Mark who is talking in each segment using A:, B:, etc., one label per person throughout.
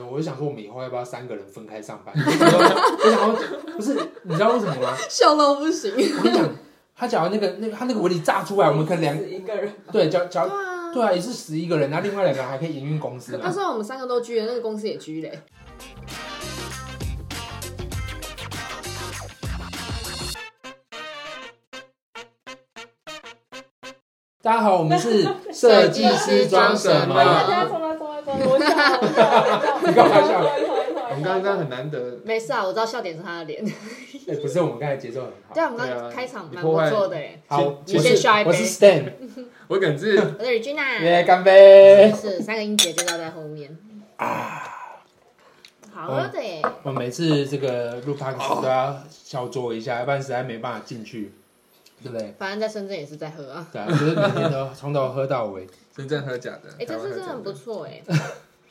A: 我就想说我们以后要不要三个人分开上班？ 我想要不是你知道为什么吗？
B: 笑到不行。
A: 我跟你讲，他假如那个那个他那个纹理炸出来，我们可能两
C: 死一个人，
A: 对，假假
B: 对
A: 如
B: 啊，
A: 对啊，也是十一个人，然后另外两个人还可以营运公司
B: 那
A: 嘛。
B: 时候我们三个都居了，那个公司也居嘞。
A: 大家好，我们是设计师装什
C: 大
A: 么？
C: 家冲啊冲啊冲啊！我笑，我笑，我笑，
A: 你干嘛笑
C: 我笑我笑
D: 我们刚刚很难得，
B: 没事啊，我知道笑点是他的 脸。
A: 哎，不是，我们刚才节奏很好。
B: 对啊，我们
D: 对啊
B: 刚开场
D: 你
B: 蛮不
D: 破坏
B: 错的哎。
A: 好，
D: 先
A: 我
D: 先
A: 是
B: 下一杯嗯
A: 我是 Stan，
D: 我可能是
B: 我是 Regina，
A: 耶，干杯！
B: 是三个音节就绕在后面。啊，好的耶。
A: 我每次这个录 podcast 都要小酌一下，要不然实在没办法进去，对不对？
B: 反正在深圳也是在喝啊。
A: 对啊，就是每天都从头喝到尾，
D: 真正喝假的。
B: 哎，这
D: 台湾
B: 次
D: 喝
B: 真
D: 假
B: 的很不错哎。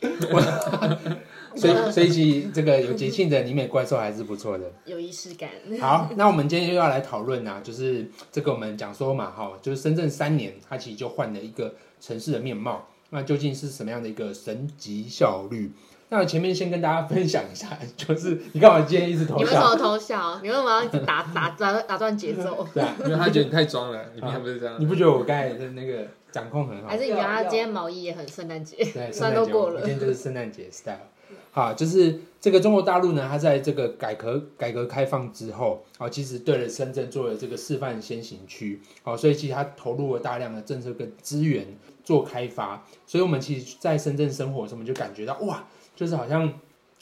A: 所
B: 嗯
A: 以所以其实这个有节庆的尼美怪兽还是不错的。
B: 有仪式感。
A: 好，那我们今天又要来讨论啊，就是这个我们讲说嘛，哈，就是深圳三年，它其实就换了一个城市的面貌。那究竟是什么样的一个神级效率？那前面先跟大家分享一下， 就是你干嘛今天一直
B: 你
A: 投
B: 为什
A: 笑？
B: 么偷笑？你为什么要一直打打打打断节 奏？
A: 对啊，
D: 因为他觉得你太装了，你平常不是这样
A: 你。不觉得我刚才的那个掌控很好
B: 还？是你觉得他今天毛衣也很圣诞节？
A: 对，
B: 虽
A: 圣
B: 然都
A: 诞节
B: 过
A: 我们
B: 了
A: 今天就是圣诞节 style。好，就是这个中国大陆呢，它在这个改革改革开放之后，啊、其实对了深圳做了这个示范先行区，好、所以其实它投入了大量的政策跟资源做开发，所以我们其实在深圳生活的时候，我们就感觉到哇，就是好像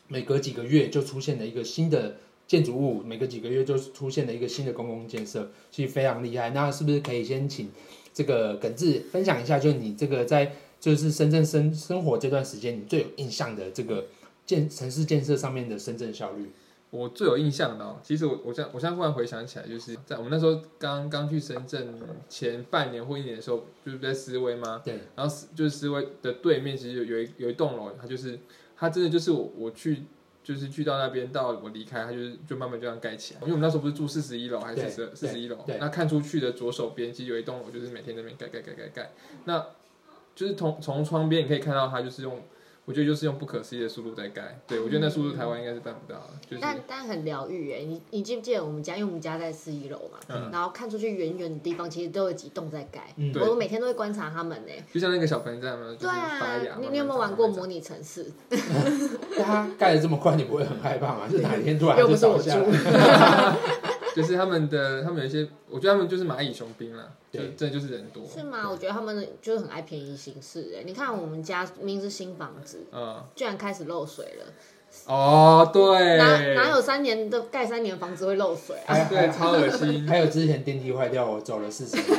A: 每隔几个月就出现了一个新的建筑物，每隔几个月就出现了一个新的公共建设，其实非常厉害。那是不是可以先请这个耿志分享一下，就是你这个在就是深圳生生活这段时间，你最有印象的这个建城市建设上面的深圳效率，
D: 我最有印象的、哦，其实我我现在我现在忽然回想起来，就是在我们那时候刚刚去深圳前半年或一年的时候，就是在思维吗？
A: 对，
D: 然后思就是思维的对面，其实有有一有一栋楼，它就是它真的就是我我去就是去到那边到我离开，它就是就慢慢就这样盖起来。因为我们那时候不是住四十一楼还是
A: 对
D: 四十四
A: 对
D: 十一楼
A: 对，
D: 那看出去的左手边其实有一栋楼，就是每天在那边盖盖盖盖盖。那就是从从窗边你可以看到它就是用。我觉得就是用不可思议的速度在盖，对我觉得那速度台湾应该是办不到的，就是
B: 但但很疗愈哎，你你记不记得我们家？因为我们家在四一楼嘛，
D: 嗯
B: 然后看出去远远的地方，其实都有几栋在盖。
A: 嗯
D: 对
B: 我每天都会观察他们哎。
D: 就像那个小朋友嘛，就是
B: 对
D: 发
B: 啊
D: 芽。，
B: 你
D: 慢慢
B: 你有没有玩过
D: 长
B: 模拟城 市？
A: 但它盖的这么快，你不会很害怕吗？就哪一天突然
B: 又
A: 就
B: 不是
A: 倒
B: 我
A: 下
B: 住
A: 来？，
D: 就是他们的，他们有一些，我觉得他们就是蚂蚁雄兵啦，就
A: 对
D: 真的就是人 多，
B: 是吗？我觉得他们就是很爱便宜行事哎。你看我们家明明是新房子，
D: 嗯，
B: 居然开始漏水了，
D: 哦，对，哎
B: 哪哪有三年的盖三年房子会漏水啊？
A: 还
D: 对，
A: 还
D: 超恶心，
A: 还有之前电梯坏掉，我走了四十年。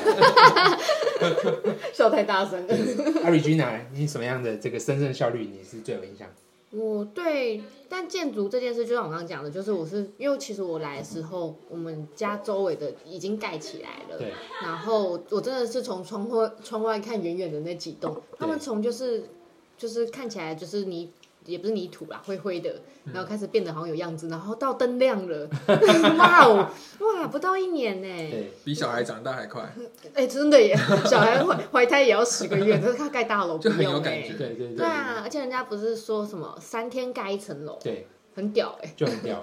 B: 笑太大声 了。
A: 阿瑞君呢？你什么样的这个深圳效率你是最有印象？
B: 我对，但建筑这件事，就像我刚刚讲的，就是我是因为其实我来的时候，我们家周围的已经盖起来了，
A: 对，
B: 然后我真的是从窗外窗外看远远的那几栋，他们从就是就是看起来就是泥。也不是泥土啦，灰灰的，
D: 嗯
B: 然后开始变得好像有样子，然后到灯亮了， 哇哦，哇，不到一年呢、
A: 对，
D: 比小孩长大还快，
B: 哎、真的耶，小孩怀怀胎也要十个月，这是他盖大楼不
D: 就很有
B: 用
D: 感
B: 哎
D: 觉
A: 对对
B: 对啊，而且人家不是说什么三天盖一层楼，
A: 对，
B: 很屌哎、
A: 就很屌。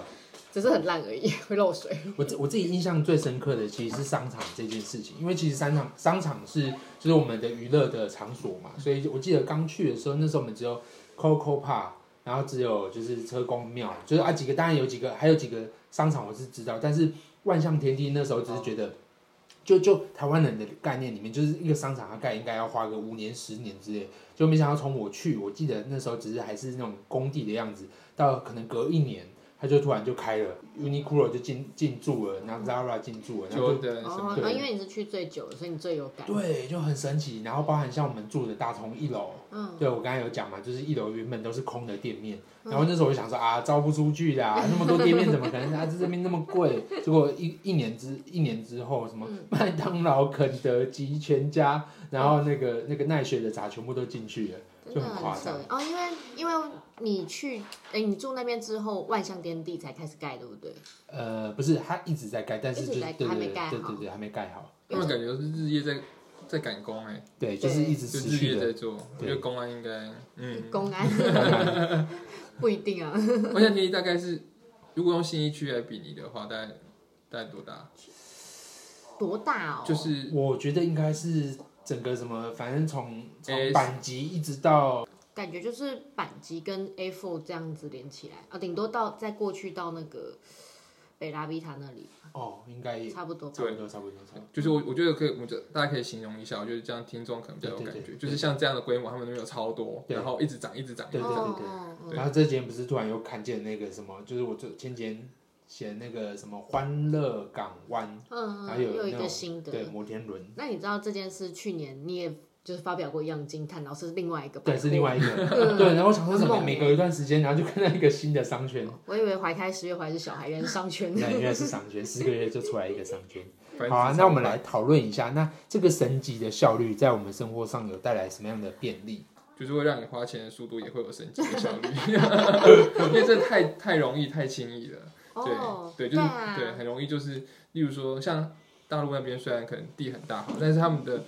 B: 只是很烂而已， 会漏水。
A: 我自我自己印象最深刻的其实是商场这件事情，因为其实商场商场是就是我们的娱乐的场所嘛，所以我记得刚去的时候，那时候我们只有 Coco Park，然后只有就是车公庙，就是啊几个当然有几个，还有几个商场我是知道，但是万象天地那时候只是觉得，就就台湾人的概念里面，就是一个商场它盖应该要花个五年十年之类，就没想到从我去，我记得那时候只是还是那种工地的样子，到可能隔一年。它就突然就开了，Uniqlo 就进进驻了，然后 Zara 进驻了，然后就
D: 就的什么
B: 哦，
A: 对
B: 啊因为你是去最久了，所以你最有感。
A: 对，就很神奇。然后包含像我们住的大同一楼，
B: 嗯，
A: 对我刚才有讲嘛，就是一楼原本都是空的店面，然后那时候我就想说啊，招不出去啦，那么多店面怎么可能？啊，这边那么贵？结果一一年之一年之后，什么
B: 嗯
A: 麦当劳、肯德基、全家，然后那个那个奈雪的茶全部都进去了，
B: 真
A: 就
B: 的
A: 很夸
B: 很扯
A: 张
B: 哦，因为因为你去，哎，你住那边之后，万象天地才开始盖，对不对？
A: 呃，不是，它一直在盖，但是就
B: 一直
A: 是
B: 在
A: 对对
B: 还
A: 对
B: 没盖
A: 对
B: 好
A: 对对，还没盖好，
D: 他们感觉都是日夜在在赶工哎、
A: 对，就是一直
D: 就
A: 持
D: 日
A: 续
D: 夜
A: 的
D: 在做，我觉
A: 对
D: 得公安应该，嗯，
B: 公安，不一定啊，
D: 我想建议大概是，如果用新一区来比拟的话，大概大概多大？
B: 哦多大哦？
D: 就是
A: 我觉得应该是整个什么，反正从从
D: S
A: 板级一直到
B: 感觉就是板级跟 A4 这样子连起来啊，顶多到再过去到那个北拉比塔那里，
A: 哦，应该也
B: 差不多吧。
A: 差不多，差不多，差不多。
D: 就是我我觉得可以，我们就大家可以形容一下，我觉得这样听众可能比较有
A: 对
D: 感
A: 对
D: 觉，
A: 对
D: 就是像这样的规模，他们那边有超多，
A: 对
D: 然后一直涨，一直涨，
A: 对对对对
B: 哦哦
A: 然后这几天不是突然又看见那个什么，就是我这前几天写那个什么欢乐港湾，
B: 嗯
A: 还
B: 嗯，
A: 有
B: 又一
A: 那
B: 个
A: 种
B: 新
A: 对
B: 的。
A: 摩天轮，
B: 那你知道这件事去年你也就是发表过一样惊叹，然后是另外一个
A: 对，是另
B: 外。
A: 外一个，
B: 嗯
A: 对。然后我想说怎么
B: 很猛
A: 每隔一段时间，然后就看到一个新的商 圈，
B: 我以为怀胎十月怀是小孩，原来是商圈。
A: 那原来是商圈，四个月就出来一个商圈。
D: 反正
A: 好啊，
D: 至少
A: 那我们来讨论一下，那这个神级的效率在我们生活上有带来什么样的便利？
D: 就是会让你花钱的速度也会有升级的效率， 因为这太太容易太轻易了。
B: 哦，
D: 对对，就是
B: 啊，
D: 对，很容易就是，例如说像大陆那边虽然可能地很大好，但是他们的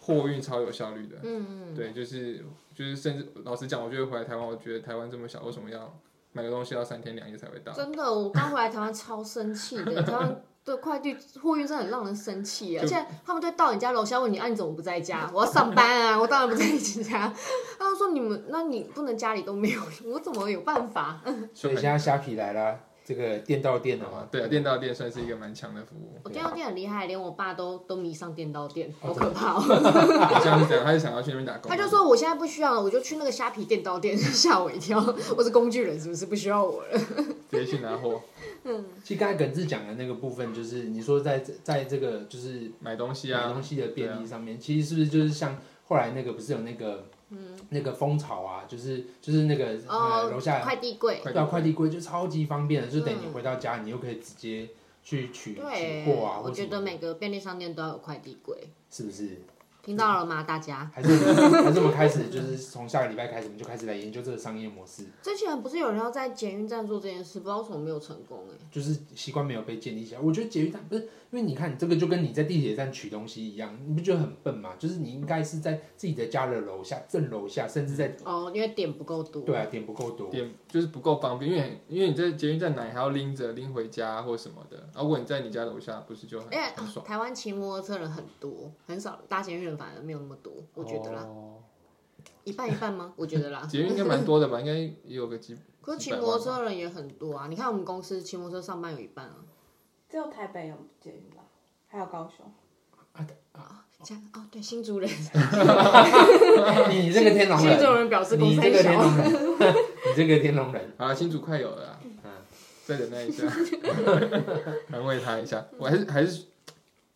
D: 货运超有效率的。
B: 嗯嗯，
D: 对，就是就是，甚至老实讲，我觉得回来台湾，我觉得台湾这么小，为什么要买个东西要三天两夜才会
A: 啊
D: 到？
B: 真的，我刚回来台湾超生气 的，台湾。对快递货运真的很让人生气，
D: 就
B: 而且他们就到你家楼下问你，啊你怎么不在家？我要上班 啊，我当然不在你家。他就说你们，那你不能家里都没有，我怎么有办法？
A: 所以现在虾皮来啦，这个店到店了嘛
D: 啊，，对啊，电到店算是一个蛮强的服务，
B: 我电到店很厉害，连我爸都都迷上电到店，
A: 哦
B: 好可怕哦！
D: 好像是这样，他是想要去那边打工，啊
B: 他就说我现在不需要了，我就去那个虾皮电到店，吓我一跳，我是工具人是不是？不需要我了？
D: 直接去拿货
A: 其实刚才耿志讲的那个部分，就是你说在这在这个就是
D: 买东西
A: 买
D: 啊
A: 东，西的便利上面，其实是不是就是像后来那个不是有那个嗯那个风潮啊，就是就是那个呃
B: 哦
A: 楼下，
B: 快递柜，
D: 快递
A: 对啊，快递柜就超级方便的，就等你
B: 嗯
A: 回到家，你又可以直接去取取
B: 对
A: 货啊，，
B: 我
A: 或
B: 觉
A: 什
B: 得
A: 么的，
B: 每个便利商店都要有快递柜，
A: 是不是？
B: 听到了吗，大家？
A: 还是我们还是我们开始就是从下个礼拜开始，我们就开始来研究这个商业模式，
B: 之前不是有人要在捷运站做这件事，不知道为什么没有成功哎、
A: 就是习惯没有被建立起来。我觉得捷运站不是，因为你看，你这个就跟你在地铁站取东西一样，你不觉得很笨吗？就是你应该是在自己的家的楼下、正楼下，甚至在
B: 哦，因为点不够多。
A: 对啊，点不够多。
D: 点就是不够方便，因为因为你在捷运站哪里还要拎着拎回家或什么的，啊，如果你在你家楼下，不是就很
B: 因为
D: 很爽？
B: 台湾骑摩托车人很多，很少搭捷运人反而没有那么多，我觉得啦，啊
D: 哦
B: 一半一半吗？我觉得啦。
D: 捷运应该蛮多的吧，应该也有个几，
B: 可是
D: 几
B: 骑
D: 百万
B: 摩托车人也很多啊！你看我们公司骑摩托车上班有一半啊，
C: 只有台北有捷运吧，还有高雄。
B: 这样哦，对，新竹人，
A: 你这个天龙
B: 新
A: 人，
B: 竹人表示公
A: 你
B: 司
A: 这个天
B: 小，
A: 龙人， 你这个天龙人，
D: 好啦，新竹快有了啦，
A: 嗯，
D: 再忍耐一下，安慰他一下，我还是还是，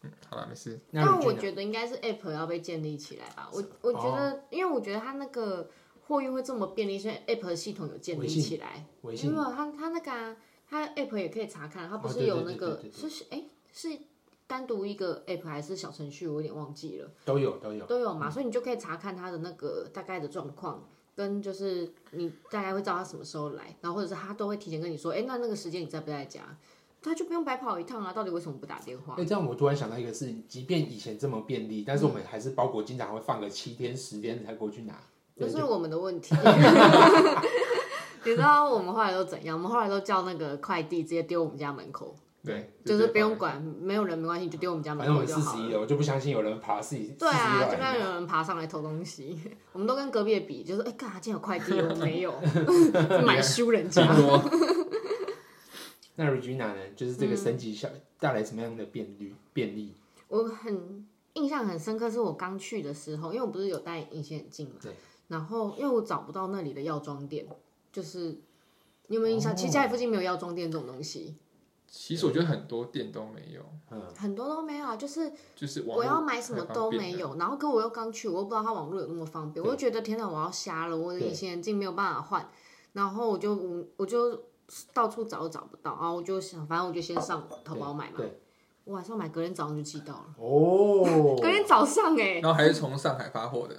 D: 嗯，好了，没事，
A: 那
B: 但
A: 你
B: 我
A: 呢
B: 觉得应该是 app 要被建立起来吧。我我觉
A: 哦
B: 得，因为我觉得它那个货运会这么便利，所以 app 的系统有建立
A: 微信
B: 起来。
A: 微
B: 因
A: 信
B: 为它它那个啊，它 app 也可以查看，它不
A: 哦
B: 是
A: 对
B: 有
A: 对
B: 那
A: 对
B: 个
A: 对对
B: 是是哎是单独一个 app 还是小程序，我有点忘记了，
A: 都有都有，嗯
B: 都有嘛，所以你就可以查看它的那个大概的状况。跟就是你大概会知道它什么时候来，然后或者是它都会提前跟你说，哎、那那个时间你在不在家，他就不用白跑一趟啊。到底为什么不打电话
A: 哎、？这样我突然想到一个事情，即便以前这么便利，但是我们还是包裹经常会放个七天十天才过去拿。
B: 那
A: 对
B: 是我们的问题。 你知道我们后来都怎样？我们后来都叫那个快递直接丢我们家门口，
D: 对，
B: 就是不用管，没有人没关系，你就丢我们家
A: 反
B: 门
A: 正我
B: 口
A: 们
B: 就
A: 四
B: 好
A: 十
B: 了
A: 一。楼，我就不相信有人爬四四十一
B: 对啊，就怕
A: 楼。
B: 有人爬上来偷东西。 我们都跟隔壁的比，就是哎，干、啥竟然有快递哦，我没 有，买修人家。
A: 啊
D: 多，
A: 那 Regina 呢？就是
B: 嗯
A: 这个升级效带来什么样的便利？便利
B: 我很印象很深刻，是我刚去的时候，因为我不是有戴隐形眼镜嘛，
A: 对。
B: 然后因为我找不到那里的药妆店，就是你有没有印象？
A: 哦
B: 其实家里附近没有药妆店这种东西，
D: 其实我觉得很多店都没有，
A: 嗯，
B: 很多都没有啊，就是
D: 就是网
B: 我
D: 络
B: 要买什么都没有，然后可我又刚去，我又不知道它网络有那么方便，我就觉得天哪，我要瞎了，我的
A: 对
B: 隐形眼镜没有办法换，然后我就我我就到处找都找不到，然后我就想，反正我就先上淘宝买嘛，
A: 对，
B: 我晚上买，隔天早上就寄到了，
A: 哦，
B: 隔天早上哎、
D: 然后还是从上海发货的，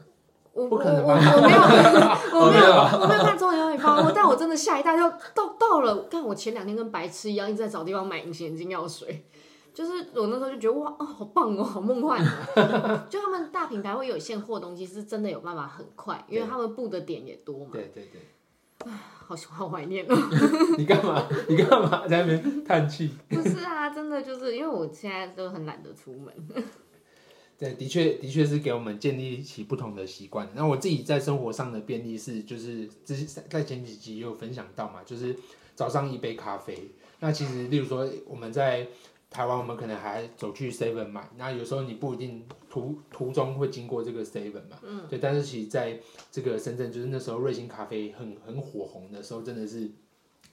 B: 我
A: 不
B: 我
A: 可能
B: 我
A: 吧啊
B: 我没有 我没
D: 没有
B: 有 我没有看中眼远方，我但我真的吓一大跳，到到了，看我前两天跟白痴一样，一直在找地方买隐形眼镜药水，就是我那时候就觉得哇哦好棒哦，好梦幻哦， 就他们大品牌会有现货的东西是真的有办法很快，因为他们布的点也多嘛，
A: 对对对，
B: 好好怀念哦。
A: 你干嘛？ 你干嘛在那边叹气？
B: 不是啊，真的就是因为我现在都很懒得出门。
A: 对，的确，的确是给我们建立起不同的习惯。那我自己在生活上的便利是，就是之在前几集也有分享到嘛，就是早上一杯咖啡。那其实，例如说我们在台湾，我们可能还走去 Seven 买，那有时候你不一定途途中会经过这个 Seven 嘛，嗯，对。但是其实在这个深圳，就是那时候瑞幸咖啡很很火红的时候，真的是，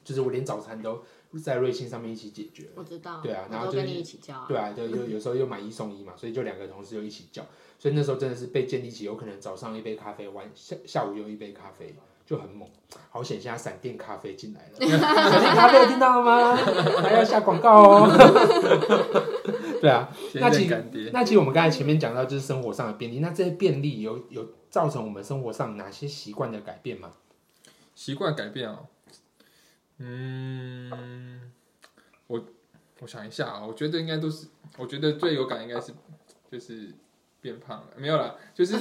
A: 就是我连早餐都在瑞幸上面一起解决。
B: 我知道，
A: 对啊然后
B: 我
A: 就
B: 都跟
A: 是
B: 你一起教啊。
A: 对啊，就有有时候又买一送一嘛，所以就两个同事又一起叫，所以那时候真的是被建立起，有可能早上一杯咖啡，晚下下午又一杯咖啡，就很猛。好险，现在闪电咖啡进来了，闪电咖啡有听到了吗？还要下广告哦。 对啊，那
D: 现
A: 其
D: 在
A: 实
D: 干爹，
A: 那其实我们刚才前面讲到就是生活上的便利，那这些便利有有造成我们生活上哪些习惯的改变吗？
D: 习惯改变哦。嗯，我我想一下啊、我觉得应该都是，我觉得最有感应该是就是变胖了，没有啦，就是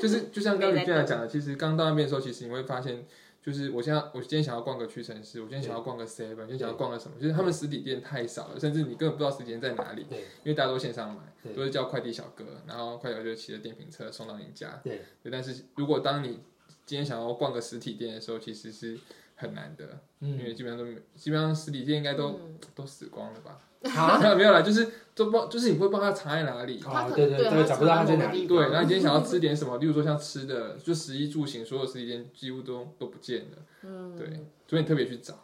D: 就是就像刚刚你这样讲的，其实刚到那边的时候，其实你会发现。就是我现在，我今天想要逛个屈臣氏，我今天想要逛个 Seven，今天想要逛个什么？就是他们实体店太少了，甚至你根本不知道实体店在哪里，
A: 对
D: 因为大家都线上买，
A: 对
D: 都是叫快递小哥，然后快递小哥就骑着电瓶车送到你家。
A: 对
D: 对，但是如果当你今天想要逛个实体店的时候，其实是很难的，因
A: 嗯
D: 为基本上都没，基本上实体店应该都、
B: 嗯
D: 都死光了吧？
A: 啊，
D: 没有啦，就是都不就是你不会帮他藏在哪里。
B: 他
A: 哦
B: 可
A: 对
B: 能
A: 对
B: 对
A: 对
B: 他
A: 找不到它
B: 藏
A: 在
B: 某个
A: 哪里
B: 地
D: 对，
B: 方
D: 然后你今天想要吃点什么，例如说像吃的，就食衣住行，所有实体店几乎都都不见了。
B: 嗯，
D: 对，所以你特别去找。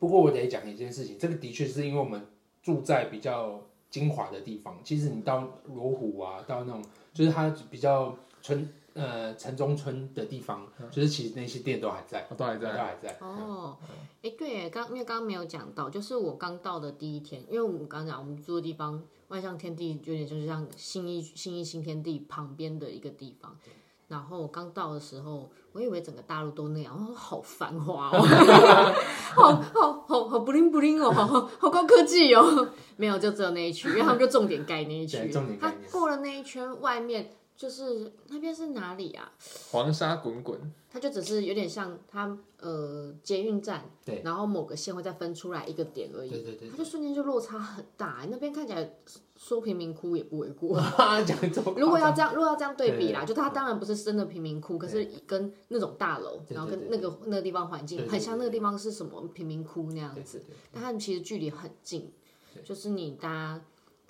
A: 不过我得讲一件事情，这个的确是因为我们住在比较精华的地方。其实你到罗湖啊，到那种就是它比较村呃城中村的地方，就是其实那些店都还在，
D: 我嗯都还
A: 都
D: 在，
A: 还在。
B: 哦，哎，对耶，刚因为刚刚没有讲到，就是我刚到的第一天，因为我们刚讲我们住的地方万象天地，有点就是像新一新一新天地旁边的一个地方。然后我刚到的时候，我以为整个大陆都那样，我说好繁 华哦，好好好好不灵不灵哦，好好好高科技哦。没有，就只有那一区，因为他们就重点盖那一
A: 对
B: 区。
A: 重点盖
B: 他
A: 那一区
B: 过了那一圈，外面就是那边是哪里啊？
D: 黄沙滚滚，
B: 它就只是有点像它呃捷运
D: 嗯
B: 站，
A: 对，
B: 然后某个线会再分出来一个点而
A: 对
B: 已，
A: 对对
B: 它，就瞬间就落差很大、欸那边看起来说贫民窟也不为 过。
A: 哇，讲这么夸张
B: 如果要这样，如果要这样对比啦，
A: 对
B: 就它当然不是真的贫民窟，可
A: 对
B: 是跟那种大楼，
A: 对
B: 然后
A: 对
B: 跟
A: 对
B: 那个那个地方环
A: 对
B: 境
A: 对
B: 很像，
A: 对
B: 那个地方是什么贫民窟那样
A: 对
B: 子，
A: 对
B: 但它们其实距离很近，就是你搭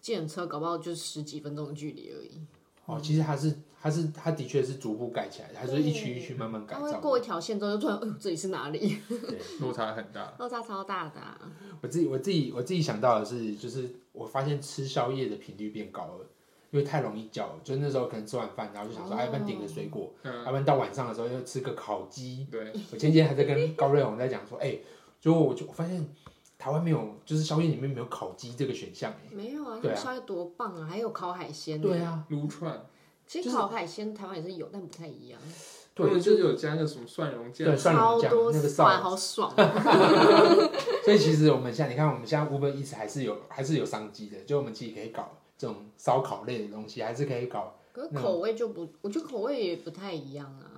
B: 计程车搞不好就是十几分钟的距离而已。
A: 哦，其实它是它是它的确是逐步盖起来的，它是一区一区慢慢改
B: 它会
A: 造。
B: 过一条线之后，就突然，哎、呦，这里是哪 里？
D: 落差很大。
B: 落差超大的、啊。
A: 我自己我自己我自己想到的是，就是我发现吃宵夜的频率变高了，因为太容易叫了。就是那时候可能吃完饭，然后就想说，
B: 哦
A: 哎，要不然点个水果，
D: 嗯，
A: 要不然到晚上的时候又吃个烤鸡。
D: 对，
A: 我前几天还在跟高瑞宏在讲说，哎、就我就我发现台湾没有，就是宵夜里面没有烤鸡这个选项、哎
B: 没有啊，他
A: 对啊
B: 们烧的多棒啊！还有烤海鲜。
A: 对，啊，
D: 撸串，
B: 其
A: 就
B: 实
A: 是
B: 烤海鲜台湾也是有，但不太一样。
D: 他
A: 对，
D: 们哦就是有加那个什么蒜蓉酱
A: 对，蒜蓉
B: 超
A: 酱
B: 多
A: 那个
B: 蒜，
A: 臊，
B: 好爽 啊！
A: 所以其实我们现在你看，我们现在 Uber Eats 还是有还是有商机的，就我们自己可以搞这种烧烤类的东西，还是可以搞
B: 可是口味就不，我觉得口味也不太一样啊。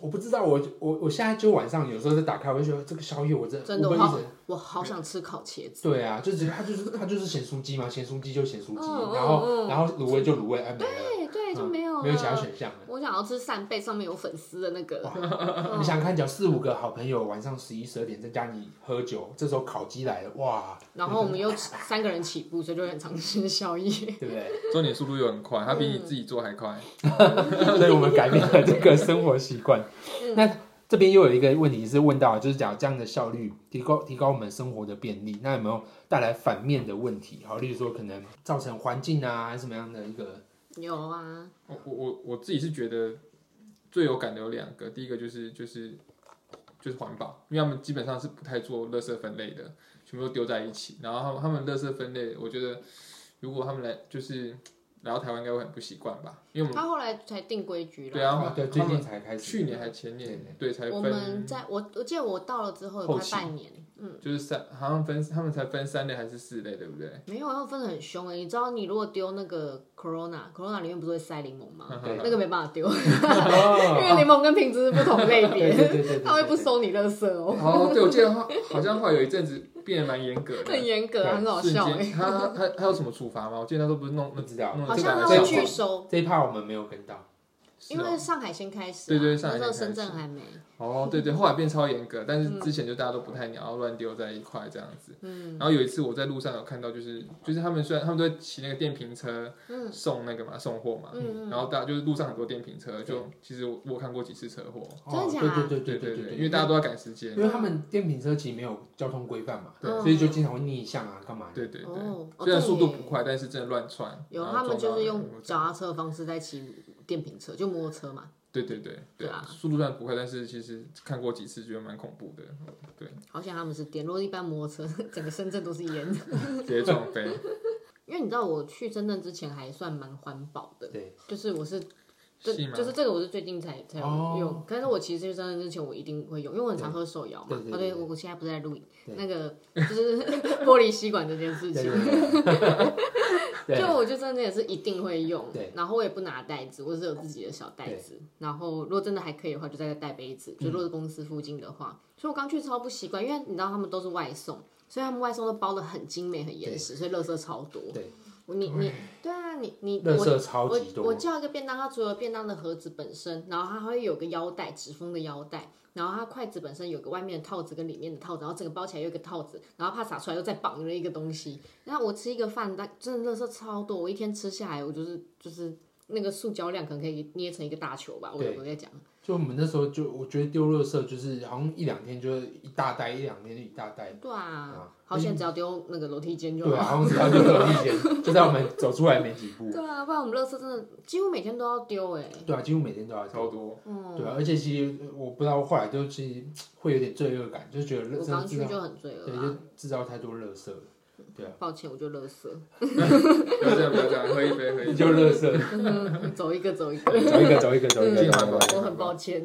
A: 我不知道，我我我现在就晚上有时候在打开，我就觉得这个宵夜我真
B: 真的
A: 我
B: 我
A: 一
B: 好
A: 直，
B: 我好想吃烤茄 子。
A: 对啊，就只它就是它就是咸酥鸡嘛，咸酥鸡就咸酥鸡，
B: 嗯
A: 然后、
B: 嗯嗯
A: 然后卤味就卤味，哎没了，
B: 对对，就没有
A: 没有其他
B: 了。
A: 选项了。
B: 我想要吃扇贝上面有粉丝的那个
A: 哇，
B: 哦
A: 你想想看，讲四五个好朋友晚上十一十二点在家里喝酒，这时候烤鸡来了，哇，
B: 然后我们又三个人起步，所以就很常吃宵夜。
A: 对不 对？
D: 重点速度又很快，它比
B: 嗯
D: 你自己做还快。
A: 所以我们改变了这个生活习惯。
B: 嗯
A: 那这边又有一个问题是问到，就是讲这样的效率提高提高我们生活的便利，那有没有带来反面的问题？好，例如说可能造成环境啊，还是什么样的一个
B: 有啊，
D: 我我我我自己是觉得最有感的有两个，第一个就是就是就是环保，因为他们基本上是不太做垃圾分类的，全部都丢在一起。然后他们他们垃圾分类，我觉得如果他们来就是来到台湾应该会很不习惯吧？因为我们
B: 他后来才定规矩了。
D: 对啊，
A: 对，
D: 他
A: 最近
D: 们
A: 才开始，
D: 去年还前年对才
B: 我
D: 分
B: 们，在我我记得我到了之后有
D: 后
B: 快
D: 期
B: 半年，嗯，
D: 就是三好像分他们才分三类还是四类，对不对？
B: 没有，他们分的很凶哎、你知道你如果丢那个 Corona，Corona 里面不是会塞柠檬吗？
A: 对
B: 那个没办法丢，因
A: 哦，
B: 为柠檬跟瓶子是不同类
A: 对对
B: 别，
A: 对对，
B: 他会不
A: 收。
B: 收你垃圾哦，
D: 哦，对，我记得好好像后来有一阵子变得蛮严格的，
B: 很严格，
A: 对
B: 很好
D: 瞬
B: 笑哎、
D: 间他他他他有什么处罚吗？我记得那时候不是弄
A: 不知道
D: 弄
B: 好
D: 这个
B: 像他会
D: 还是哦
A: 要
B: 拒
A: 去
B: 收，
A: 这一趴我们没有跟到，
D: 是
B: 因
D: 哦
B: 为上海先开始、啊，
D: 对对上海
B: 那时候
D: 先
B: 深
D: 开始
B: 圳还没，
D: 哦，对对，后来变超严格，但是之前就大家都不太鸟，然后乱丢在一块这样子。
B: 嗯
D: 然后有一次我在路上有看到，就是就是他们虽然他们都会骑那个电瓶车
B: 嗯
D: 送那个嘛送货嘛，
B: 嗯
D: 然
B: 嗯，
D: 后大家就是路上很多电瓶车，
A: 对
D: 就其实我我看过几次车祸，
B: 真的假的
A: 哦对对
D: 对
A: 对
D: 对
A: 对，
D: 因为大家都要赶时间
A: 因，为他们电瓶车其实没有交通规范嘛，
D: 对
A: 所以就经常会逆向啊，干嘛的？
D: 对对对，
B: 哦，哦
D: 虽然速度
B: 对耶
D: 不快，但是真的乱窜，
B: 有，
D: 然后
B: 他们
D: 撞
B: 就
D: 到
B: 是
D: 人
B: 用脚踏车的方式在骑电瓶车，就摩托车嘛，
D: 对对对
B: 对
D: 对
B: 啊，
D: 速度虽然不快，但是其实看过几次觉得蛮恐怖的，对，
B: 好像他们是电，如果一般摩托车， 整个深圳都是烟。
D: 直接撞飞，
B: 因为你知道我去深圳之前还算蛮环保的，
A: 对，
B: 就是我是这
D: 是吗
B: 就？是这个我是最近才才有
A: 哦
B: 用，但是我其实去深圳之前我一定会用，因为我很常喝手摇嘛。
A: 对对对
B: 哦，对，
A: 对
B: 我我现在不是在录影，
A: 对
B: 那个就是 玻璃吸管这件事
A: 对
B: 情，
A: 对对
B: 就我就真的也是一定会用
A: 对，
B: 然后我也不拿袋子，我是有自己的小袋子，然后如果真的还可以的话，就再带杯子，
A: 嗯
B: 就如果是公司附近的话，所以我刚去超不习惯，因为你知道他们都是外送，所以他们外送都包的很精美、很严实，所以垃圾超多。
A: 对
B: 我，你你对啊，你你
A: 对，垃
B: 我
A: 圾超级
B: 我我
A: 多，
B: 叫一个便当，它除了便当的盒子本身，然后它还会有个腰带，纸封的腰带，然后它筷子本身有个外面的套子跟里面的套子，然后整个包起来有一个套子，然后怕洒出来又再绑了一个东西。然后我吃一个饭，但真的垃圾超多，我一天吃下来，我就是就是那个塑胶量可能可以捏成一个大球吧。我
A: 对
B: 我在讲，
A: 就我们那时候就我觉得丢垃圾就是好像一两天就是一大袋，一两天就一大袋，
B: 对啊
A: 啊，
B: 好险只要丢那个楼梯间就
A: 对
B: 好。
A: 啊，好像只要丢走一间，就在我们走出来没几步，
B: 对啊，不然我们垃圾真的几乎每天都要丢哎、
A: 对啊，几乎每天都要
D: 超
A: 丢，
D: 多，
B: 嗯，
A: 对啊，而且其实我不知道后来就其实会有点罪恶感，就觉得
B: 我
A: 真
B: 刚
A: 的
B: 去
A: 制造
B: 就很罪恶
A: 对
B: 啊
A: 就。制造太多垃圾了，对啊，
B: 抱歉，我就垃圾，
D: 不要这样不要这样，喝一杯喝一 杯，
A: 就垃圾， 嗯
B: 走一个走一个。
A: 走一个走一个走一个，
D: 进环保
B: 我很抱歉。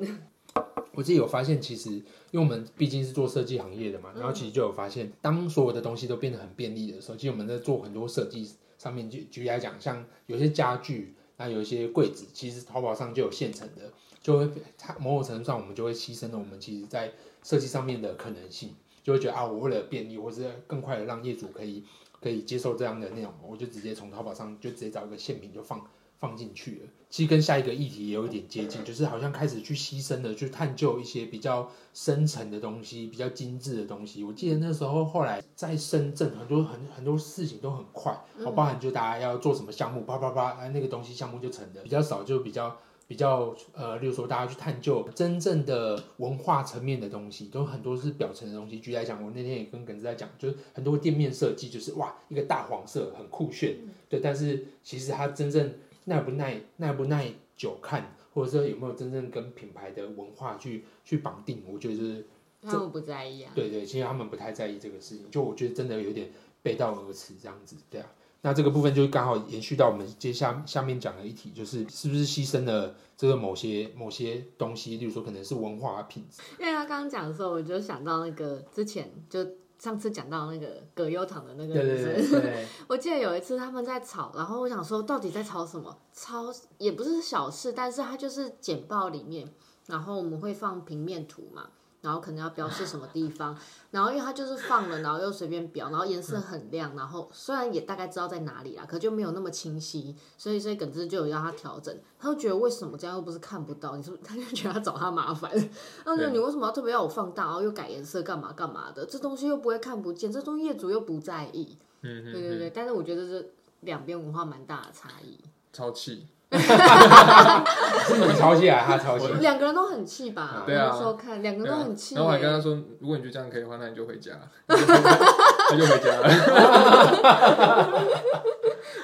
A: 我自己有发现，其实因为我们毕竟是做设计行业的嘛，然后其实就有发现，当所有的东西都变得很便利的时候，其实我们在做很多设计上面，举举例来讲，像有些家具，那有一些柜子，其实淘宝上就有现成的，就会它某种程度上我们就会牺牲了我们其实在设计上面的可能性，就会觉得啊，我为了便利，或是更快的让业主可以可以接受这样的内容，我就直接从淘宝上就直接找一个现品就放放进去了。其实跟下一个议题也有一点接近，就是好像开始去牺牲的去探究一些比较深层的东西，比较精致的东西。我记得那时候后来在深圳，很多很很多事情都很快，哦，包含就大家要做什么项目，叭叭叭，哎，那个东西项目就成了，比较少就比较。比较呃，例如说，大家去探究真正的文化层面的东西，都很多是表层的东西。举例来讲，我那天也跟耿直在讲，就是很多店面设计，就是哇，一个大黄色很酷炫，对，但是其实它真正耐不耐耐不耐久看，或者说有没有真正跟品牌的文化去去绑定，我觉得就是
B: 他们不在意啊。
A: 对对，其实他们不太在意这个事情，就我觉得真的有点背道而驰这样子，对啊。那这个部分就刚好延续到我们接下下面讲的一题，就是是不是牺牲了这个某些某些东西，例如说可能是文化品质，
B: 因为他刚刚讲的时候，我就想到那个之前就上次讲到那个葛优躺的那个
A: 对
B: 女
A: 对
B: 生，
A: 对对，
B: 我记得有一次他们在吵，然后我想说到底在吵什么？吵也不是小事，但是它就是简报里面，然后我们会放平面图嘛，然后可能要标示什么地方，然后因为它就是放了，然后又随便标，然后颜色很亮，然后虽然也大概知道在哪里啦，可就没有那么清晰，所以所以耿直就有让他调整，他就觉得为什么这样又不是看不到，你是不 是他就觉得他找他麻烦，他就觉得
D: 对
B: 你为什么要特别要我放大，然后又改颜色干嘛干嘛的，这东西又不会看不见，这东西业主又不在意。
D: 嗯嗯
B: 对对
D: 嗯，
B: 对，但是我觉得这两边文化蛮大的差异，
D: 超气，
A: 是你抄袭啊还是他抄 袭？
B: 两个人都很气吧？
D: 对啊
B: 那时候看两个人都很气耶、
D: 然后我还跟他说，如果你觉得这样可以的话，那你就 回家，他就回家了，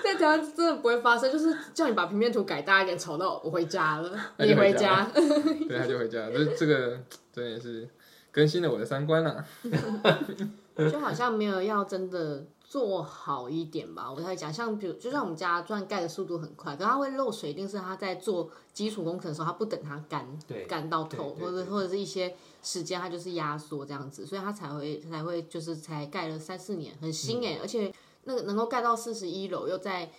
B: 在台湾真的不会发生，就是叫你把平面图改大一点，丑到我回家了，
D: 那
B: 你
D: 就
B: 回
D: 回家
B: 家。
D: 对，他就回家了，这这个真的啊也是更新了我的三观啦，
B: 就好像没有要真的做好一点吧，我才会讲。像比如，就像我们家虽然盖的速度很快，可它会漏水，一定是它在做基础工程的时候，它不等它干
A: 对
B: 干到透，
A: 对对
B: 或者或者是一些时间，它就是压缩这样子，所以它才会才会就是才盖了三四年，很新哎、而且那个能够盖到四十一楼，又在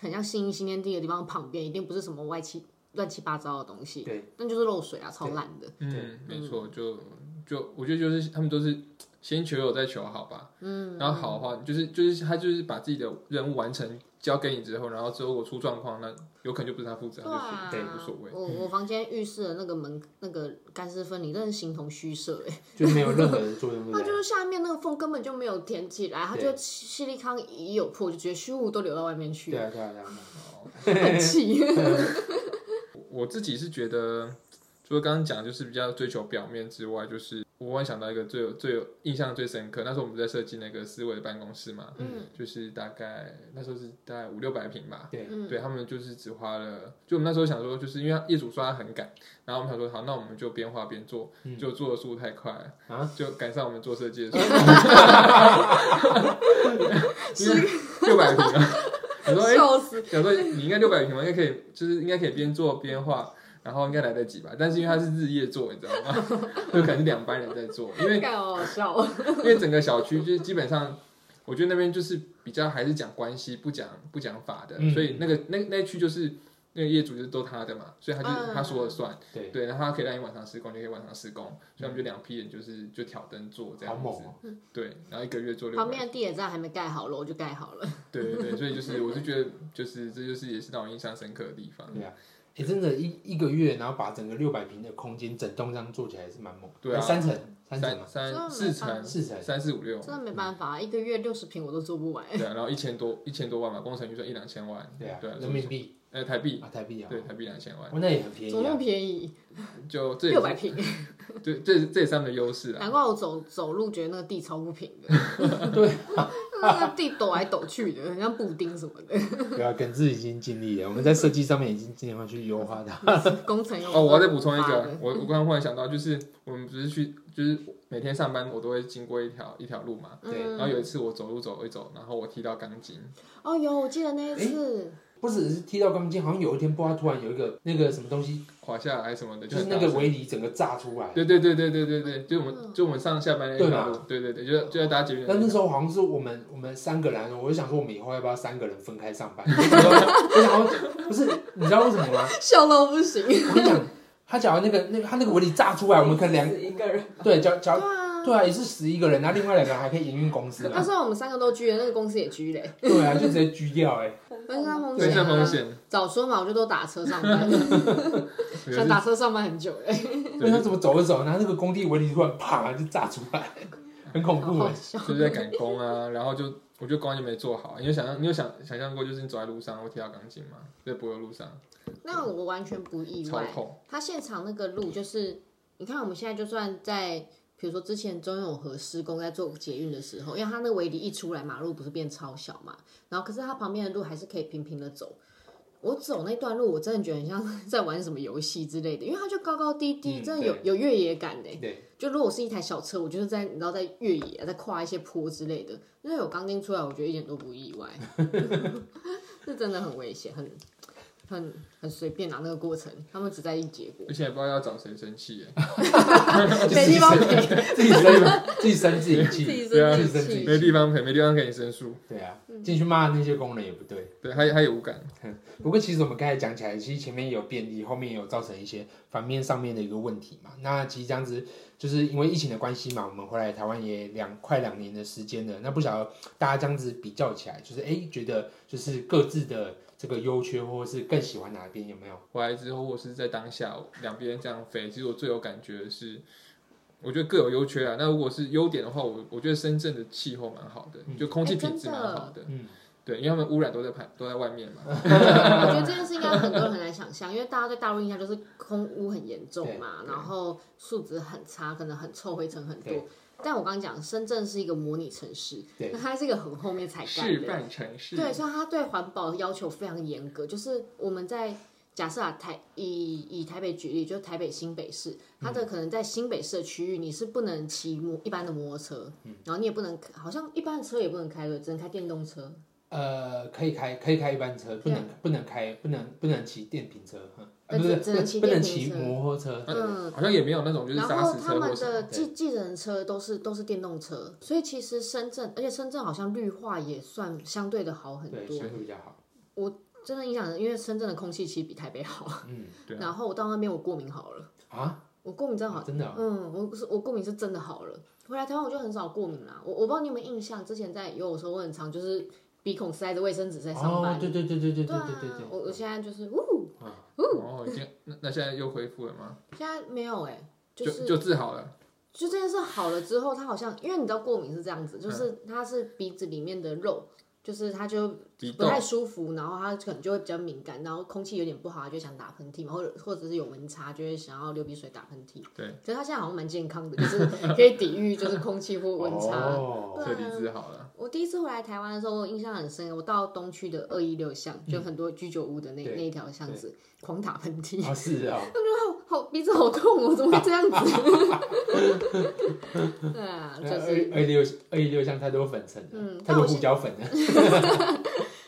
B: 很像新一新天地的地方旁边，一定不是什么歪七乱七八糟的 东西，
A: 对，
B: 但就是漏水啊，超
A: 对
B: 烂的，
D: 嗯，没错，就就我觉得就是他们都是先求有再求好吧。嗯，然后好的话就是就是他就是把自己的任务完成交给你之后，然后之后我出状况，那有可能就不是他负责，
B: 对
D: 他就
B: 啊，
D: 是无所谓。
B: 我我房间浴室的那个门那个干湿分离，真的形同虚设哎、
A: 就没有任何的作用，对不
B: 它
A: 对？
B: 就是下面那个缝根本就没有填起来，它
A: 对
B: 就吸力康一有破，就觉得虚无都流到外面 去
A: 对
B: 了，
A: 啊，对啊，对啊。
B: 很气。
D: 我自己是觉得，除了刚刚讲就是比较追求表面之外，就是我忽然想到一个最有最有印象最深刻，那时候我们在设计那个思维的办公室嘛，
B: 嗯，
D: 就是大概那时候是大概五六百平吧，
A: 对
B: 嗯
D: 对他们就是只花了，就我们那时候想说，就是因为业主说他很赶，然后我们想说好，那我们就边画边做，
A: 嗯
D: 就做的速度太快了，
A: 啊
D: 就赶上我们做设计的速
B: 啊
D: 度，六百平啊， 你说哎。
B: 笑死！
D: 想说你应该六百平嘛，应该可以，就是应该可以边做边画，然后应该来得及吧。但是因为他是日夜做，你知道吗？ 就可能是两班人在做，因为
B: 太好好笑了。
D: 因为整个小区就是基本上，我觉得那边就是比较还是讲关系，不讲不讲法的，
A: 嗯
D: 所以那个那那区就是那个业主就是都他的嘛，所以他就、
B: 嗯
D: 他说了算，
A: 啊对，嗯
D: 对，然后他可以让你晚上施工，就可以晚上施工，所以他们就两批人就是就挑灯做这样
A: 好猛哦
D: 子，对，然后一个月做六
B: 旁
D: 百
B: 边的地铁站还没盖好，楼就盖好了。
D: 对对对，所以就是我是觉得就是这就是也是让我印象深刻的地方。
A: 对啊。哎、真的，一一个月，然后把整个六百平的空间整栋这样做起来也是蛮猛。
D: 对
A: 诶
D: 啊
A: 三层，三层
D: 三
A: 嘛，
D: 三
B: 真的
D: 四
B: 没办
D: 层
B: 法
A: 四层，
D: 三四五六
B: 真，的没办
D: 嗯
B: 法，一个月六十平我都做不完。
D: 对啊，然后一千多一千多万嘛，工程预算一两千万，
A: 对啊，
D: 对啊，
A: 人民币
D: 呃台币，
A: 啊，台币啊，
D: 对台币两千万，
A: 哦，那也很便
B: 怎么
A: 宜
B: 那么
A: 啊。
B: 便宜？
D: 就这也
B: 六百
D: 是
B: 平，
D: 对这这也是他们的优势啊，
B: 难怪我走走路觉得那个地超不 平的。
D: 啊
B: 对，那个地抖来抖去的，很像布丁什么的。
A: 对啊，耿志已经尽力了，我们在设计上面已经尽量去优化它。
B: 工程用
D: 哦，我要再补充一
B: 发
D: 个
B: 的，
D: 我我刚刚忽然想到，就是我们不是去，就是每天上班我都会经过一条一条路嘛，
A: 对
D: 然后有一次我走路走一走，然后我踢到钢筋，
B: 哦，有，我记得那一次，
A: 不只是踢到钢筋，好像有一天不知道突然有一个那个什么东西，
D: 垮下来什么的，
A: 就
D: 呃就是很大
A: 那个
D: 声
A: 围篱整个炸出来。
D: 对对对对对对对，就我们就我们上下班那一条
A: 对
D: 路，对对对，就就在搭捷运那
A: 但
D: 一
A: 那
D: 条，
A: 时候好像是我们我们三个人，我就想说我们以后要不要三个人分开上班？ 我想要不是你知道为什么吗？
B: 笑到不 行。
A: 我跟你讲，他假如那个那个他那个围篱炸出
C: 哎
A: 来，我们可能两
C: 一个人，
A: 对，假
B: 对
A: 假如
B: 啊，
A: 对啊，也是十一个人，然后另外两个人还可以营运公司
B: 那
A: 嘛？
B: 时候我们三个都居了，那个公司也居嘞，
A: 对啊，就直接狙掉哎、
B: 分散风
D: 对，
B: 险啊。
D: 像风险，
B: 早说嘛，我就都打车上班，
D: 对
B: 想打车上班很久了，
A: 那他怎么走一走，然后那个工地围篱突然啪就炸出来，很
D: 哦
A: 恐
B: 好
A: 怖哎、
B: 好笑。
D: 就是在赶工啊，然后就我觉得工也没做好。你有想象，你有想想象过，就是你走在路上会踢到钢筋吗？在柏油路上，
B: 那我完全不意
D: 超
B: 外，
D: 痛。
B: 他现场那个路就是，你看我们现在就算在，比如说之前中永和施工在做捷运的时候，因为它那个围篱一出来，马路不是变超小嘛，然后可是它旁边的路还是可以平平的走。我走那段路，我真的觉得很像在玩什么游戏之类的，因为它就高高低低，
A: 嗯
B: 真的有有越野感呢。
A: 对，
B: 就如果我是一台小车，我就是在你知道在越野、啊，在跨一些坡之类的，那有钢筋出来，我觉得一点都不意外。 这真的很危险，很很很随便啊拿、那个过程，他们只在意结果
D: 而。且也不知道要找谁生气耶，
B: 没地方赔，
A: 自己生自己生自己
B: 自
A: 气，
B: 己
D: 对啊
B: 生
A: 自己
B: 气
D: 没地方赔，没地方给你申诉，
A: 对啊，进去骂那些工人也不对。
D: 对，他也他也无感。
A: 不过其实我们刚才讲起来，其实前面也有便利，后面也有造成一些反面上面的一个问题嘛。那其实这样子，就是因为疫情的关系嘛，我们回来台湾也两快两年的时间了。那不晓得大家这样子比较起来，就是哎、诶觉得就是各自的这个优缺，或者是更喜欢哪边有没有？
D: 回来之后，我是在当下两边这样飞，其实我最有感觉的是，我觉得各有优缺啊。那如果是优点的话，我我觉得深圳的气候蛮好的，
A: 嗯
D: 就空气
B: 哎真
D: 品质蛮
B: 的
D: 好的，
A: 嗯，
D: 对，因为他们污染都在排都在外面嘛，
B: 我觉得这件事应该很多人很难想象，因为大家对大陆印象就是空污很严重嘛，
D: 对对
B: 然后素质很差，可能很臭，灰尘很
A: 对
B: 多。但我刚刚讲，深圳是一个模拟城市，
A: 对
B: 那它是一个很后面才盖
D: 示
B: 的，
D: 范城市，
B: 对，所以它对环保要求非常严格，就是我们在。假设啊，台以以台北举例，就台北新北市，它
D: 嗯
B: 的可能在新北市的区域，你是不能骑摩一般的摩托车，
D: 嗯
B: 然后你也不能，好像一般的车也不能开的，只能开电动车。
A: 呃，可以开可以开一般车，不能不能开不能不能骑电瓶车，嗯呃不是
B: 那只只能骑
A: 不能
B: 电瓶
A: 骑
B: 车
A: 摩托车，
B: 嗯，
D: 好像也没呃有那种就是
B: 然
D: 砂
B: 后
D: 石
B: 他
D: 车
B: 们
D: 或什
B: 的
D: 么。
B: 计计程车都是都是电动车，所以其实深圳，而且深圳好像绿化也算相对的好很
A: 对，
B: 多
A: 相。对比较好。
B: 真的影响人，因为深圳的空气其实比台北好。
A: 嗯
D: 对啊
B: 然后我到那边我过敏好了，
A: 啊，
B: 我过敏真的好。
A: 真的哦，
B: 嗯，我是我过敏是真的好了。回来台湾我就很少过敏啦。我我不知道你有没有印象，之前在有时候我很常就是鼻孔塞着卫生纸在上班。
A: 哦，对对对对对对
B: 对啊
A: 对嗯对对，
B: 我我现在就是呜，
D: 哦，已经那那现在又恢复了吗？
B: 现在没有哎、
D: 就
B: 就是
D: 就治好了。
B: 就这件事好了之后，它好像因为你知道过敏是这样子，
A: 嗯
B: 就是它是鼻子里面的肉，就是它就
D: 鼻
B: 不
D: 窦
B: 太舒服，然后它可能就会比较敏感，然后空气有点不好，它就想打喷嚏嘛，或者或者是有温差就会想要流鼻水打喷 嚏。
D: 对，
B: 可是它现在好像蛮健康的，就是可以抵御就是空气或温差。
A: 哦，
B: 对啊
D: 彻底治好了。
B: 我第一次回来台湾的时候，我印象很深。我到东区的二一六巷，
D: 嗯
B: 就很多居酒屋的那、
A: 对
B: 那一条巷子，狂打喷嚏，
A: 哦是啊，
B: 好鼻子好痛哦，怎么会这样子？ 对啊，就是。
A: 二二六二六像太多粉尘了，
B: 嗯
A: 太
B: 那
A: 多
B: 我
A: 胡
B: 现
A: 椒粉了，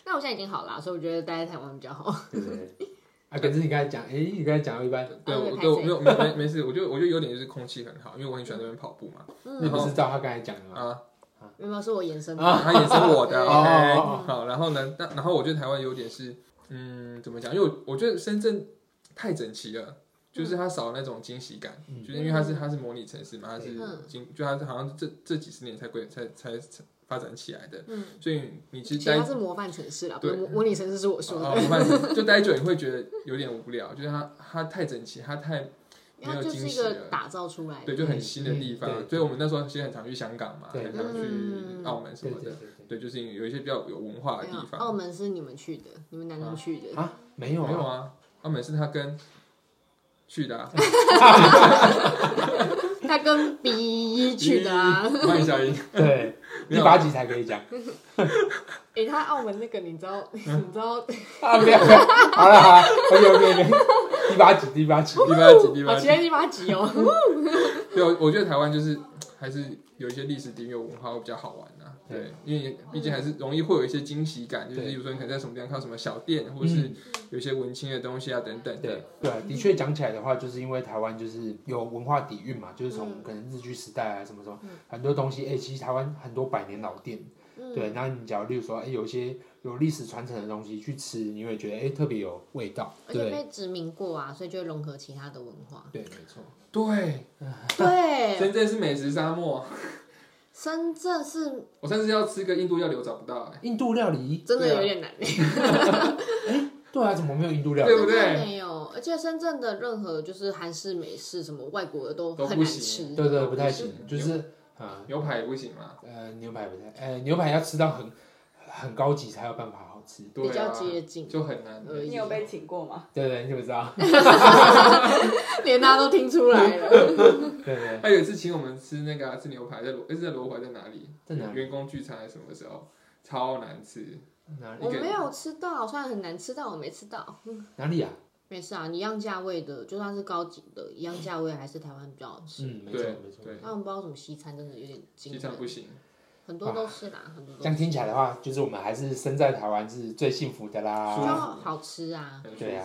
B: 那我现在已经好啦，所以我觉得待在台湾比较好。
A: 对对对。啊，可是你刚才讲，哎，你刚才讲到一半，
D: 对，
B: 啊对
D: 我对我
B: 拍
D: 没有没没没事，我就我就有点就是空气很好，因为我很喜欢这边跑步 嘛。
A: 你
B: 嗯，
A: 不是照他刚才讲的吗？
D: 啊，
B: 有没有是我延伸的？
D: 他也是我 的。
B: 哦
D: OK，
A: 哦哦
D: 好，然后呢，但然后我觉得台湾有点是，嗯，怎么讲？因为我我觉得深圳太整齐了。就是它少了那种惊喜感，
A: 嗯
D: 就是因为它是它是模拟城市嘛，它是
B: 嗯
D: 经就它是好像这这几十年才规才才才发展起来的，
B: 嗯，
D: 所以你
B: 其
D: 其
B: 实
D: 实待
B: 它是模范城市啦，不是
D: 对
B: 模模拟城市是我说
D: 哦
B: 的，
D: 不怕你就待久你会觉得有点无聊，就是它它太整齐，它太
B: 因为它
D: 没有
B: 就是
D: 惊
B: 一
D: 喜了
B: 个打造出来的。
D: 对，就很新的地
A: 嗯
D: 方。
A: 对
D: 所以我们那时候其实很常去香港嘛，
A: 对
D: 很常去
B: 嗯
D: 澳哦门什
A: 对
D: 么
A: 对
D: 的。
A: 对
D: 对，就是有一些比较有文化的
B: 没
D: 地
B: 有
D: 方。
B: 啊澳门是你们去的，你们男生去的
A: 对。。啊，没有
D: 没有
A: 啊，
D: 啊，澳门是他跟去的、啊，
B: 他跟 B 一 去的啊。
D: 欢 迎小英。
A: 对，第
D: 没有
A: 八
D: 啊
A: 集才可以讲
B: 诶，他澳门那个你知道， 你知道
A: 啊，没有，没有 好了好了，OK OK OK，第八集第八集，
D: 第八集，第八
B: 好期
D: 集。
B: 待第八集哦。
D: 对，啊我觉得台湾就是还是有一些历史底蕴、有文化会比较好玩啊。对，因为毕竟还是容易会有一些惊喜感，就是
A: 对嗯
D: 比如说你可能在什么地方看到什么小店，或者是有一些文青的东西啊等等的。
A: 对对啊，的确讲起来的话，就是因为台湾就是有文化底蕴嘛，就是从
B: 嗯
A: 可能日据时代啊什么什么
B: 嗯，
A: 很多东西，哎，其实台湾很多百年老店，
D: 嗯
A: 对，那你假如例如说，哎，有一些有历史传承的东西去吃，你会觉得哎特别有味道，
B: 而且
A: 对
B: 被殖民过啊，所以就会融合其他的文 化。
A: 对，没错，
D: 对，
B: 对，
D: 深圳是美食沙漠，啊
B: 深圳是
D: 我甚至要吃个印度料理我找不到哎、
A: 印度料理，
B: 真的
D: 对
B: 有
D: 啊
B: 点难，
A: 对啊，怎么没有印度料
D: 对
A: 理？
D: 不
B: 真
D: 对
B: 的没有。而且深圳的任何就是韩式、美式什么外国的都
D: 都
B: 很
D: 不
B: 难
D: 行
B: 吃。
D: 啊
A: 对对，不太行，
D: 就
A: 就是啊，
D: 牛排也不行嘛。
A: 呃，牛排不太，呃，牛排要吃到很很高级才有办法好吃。
D: 对啊、
B: 比较接近
D: 就很难。
B: 而已
C: 你有被请过吗？
A: 对对，你怎么知 道？
B: 连大家都听出来了。
A: 对对，
D: 他有一次请我们吃那个、啊、吃牛排，在罗，诶是在罗怀在哪里？
A: 在哪里
D: 员工聚餐还是什么时候？超难吃，
A: 哪里
B: 我没有吃到，虽然很难吃到，我没吃到。
A: 哪里啊？
B: 没事啊，一样价位的，就算是高级的，一样价位还是台湾比较好吃。
A: 嗯，没错
D: 对
A: 没错。
D: 对，
B: 他们不知道什么西餐真的有点惊
D: 西餐
B: 人，
D: 不行。
B: 很多都是啦，很多
A: 这
B: 都
A: 样
B: 是。
A: 听起来的话，就是我们还是身在台湾是最幸福的
B: 就
A: 啦。
D: 舒
B: 好吃啊，
D: 很
A: 对啊，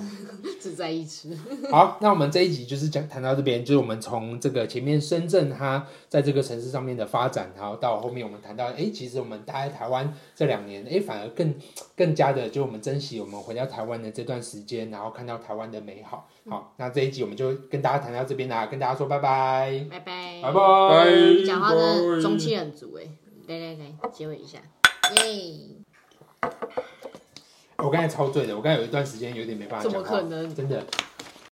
B: 只在一吃。
A: 好，那我们这一集就是讲谈到这边，就是我们从这个前面深圳它在这个城市上面的发展，然后到后面我们谈到，哎、其实我们待在台湾这两年，哎、反而更更加的，就我们珍惜我们回到台湾的这段时间，然后看到台湾的美好。好，那这一集我们就跟大家谈到这边啦，跟大家说拜拜，
B: 拜拜，
A: 拜拜。
D: 拜
B: 讲话真的中气很足哎，来来来，结尾一下，耶！
A: 我刚才超醉的，我刚才有一段时间有点没办法
B: 怎
A: 啊讲
B: 么
A: 话，
B: 可能？
A: 真的，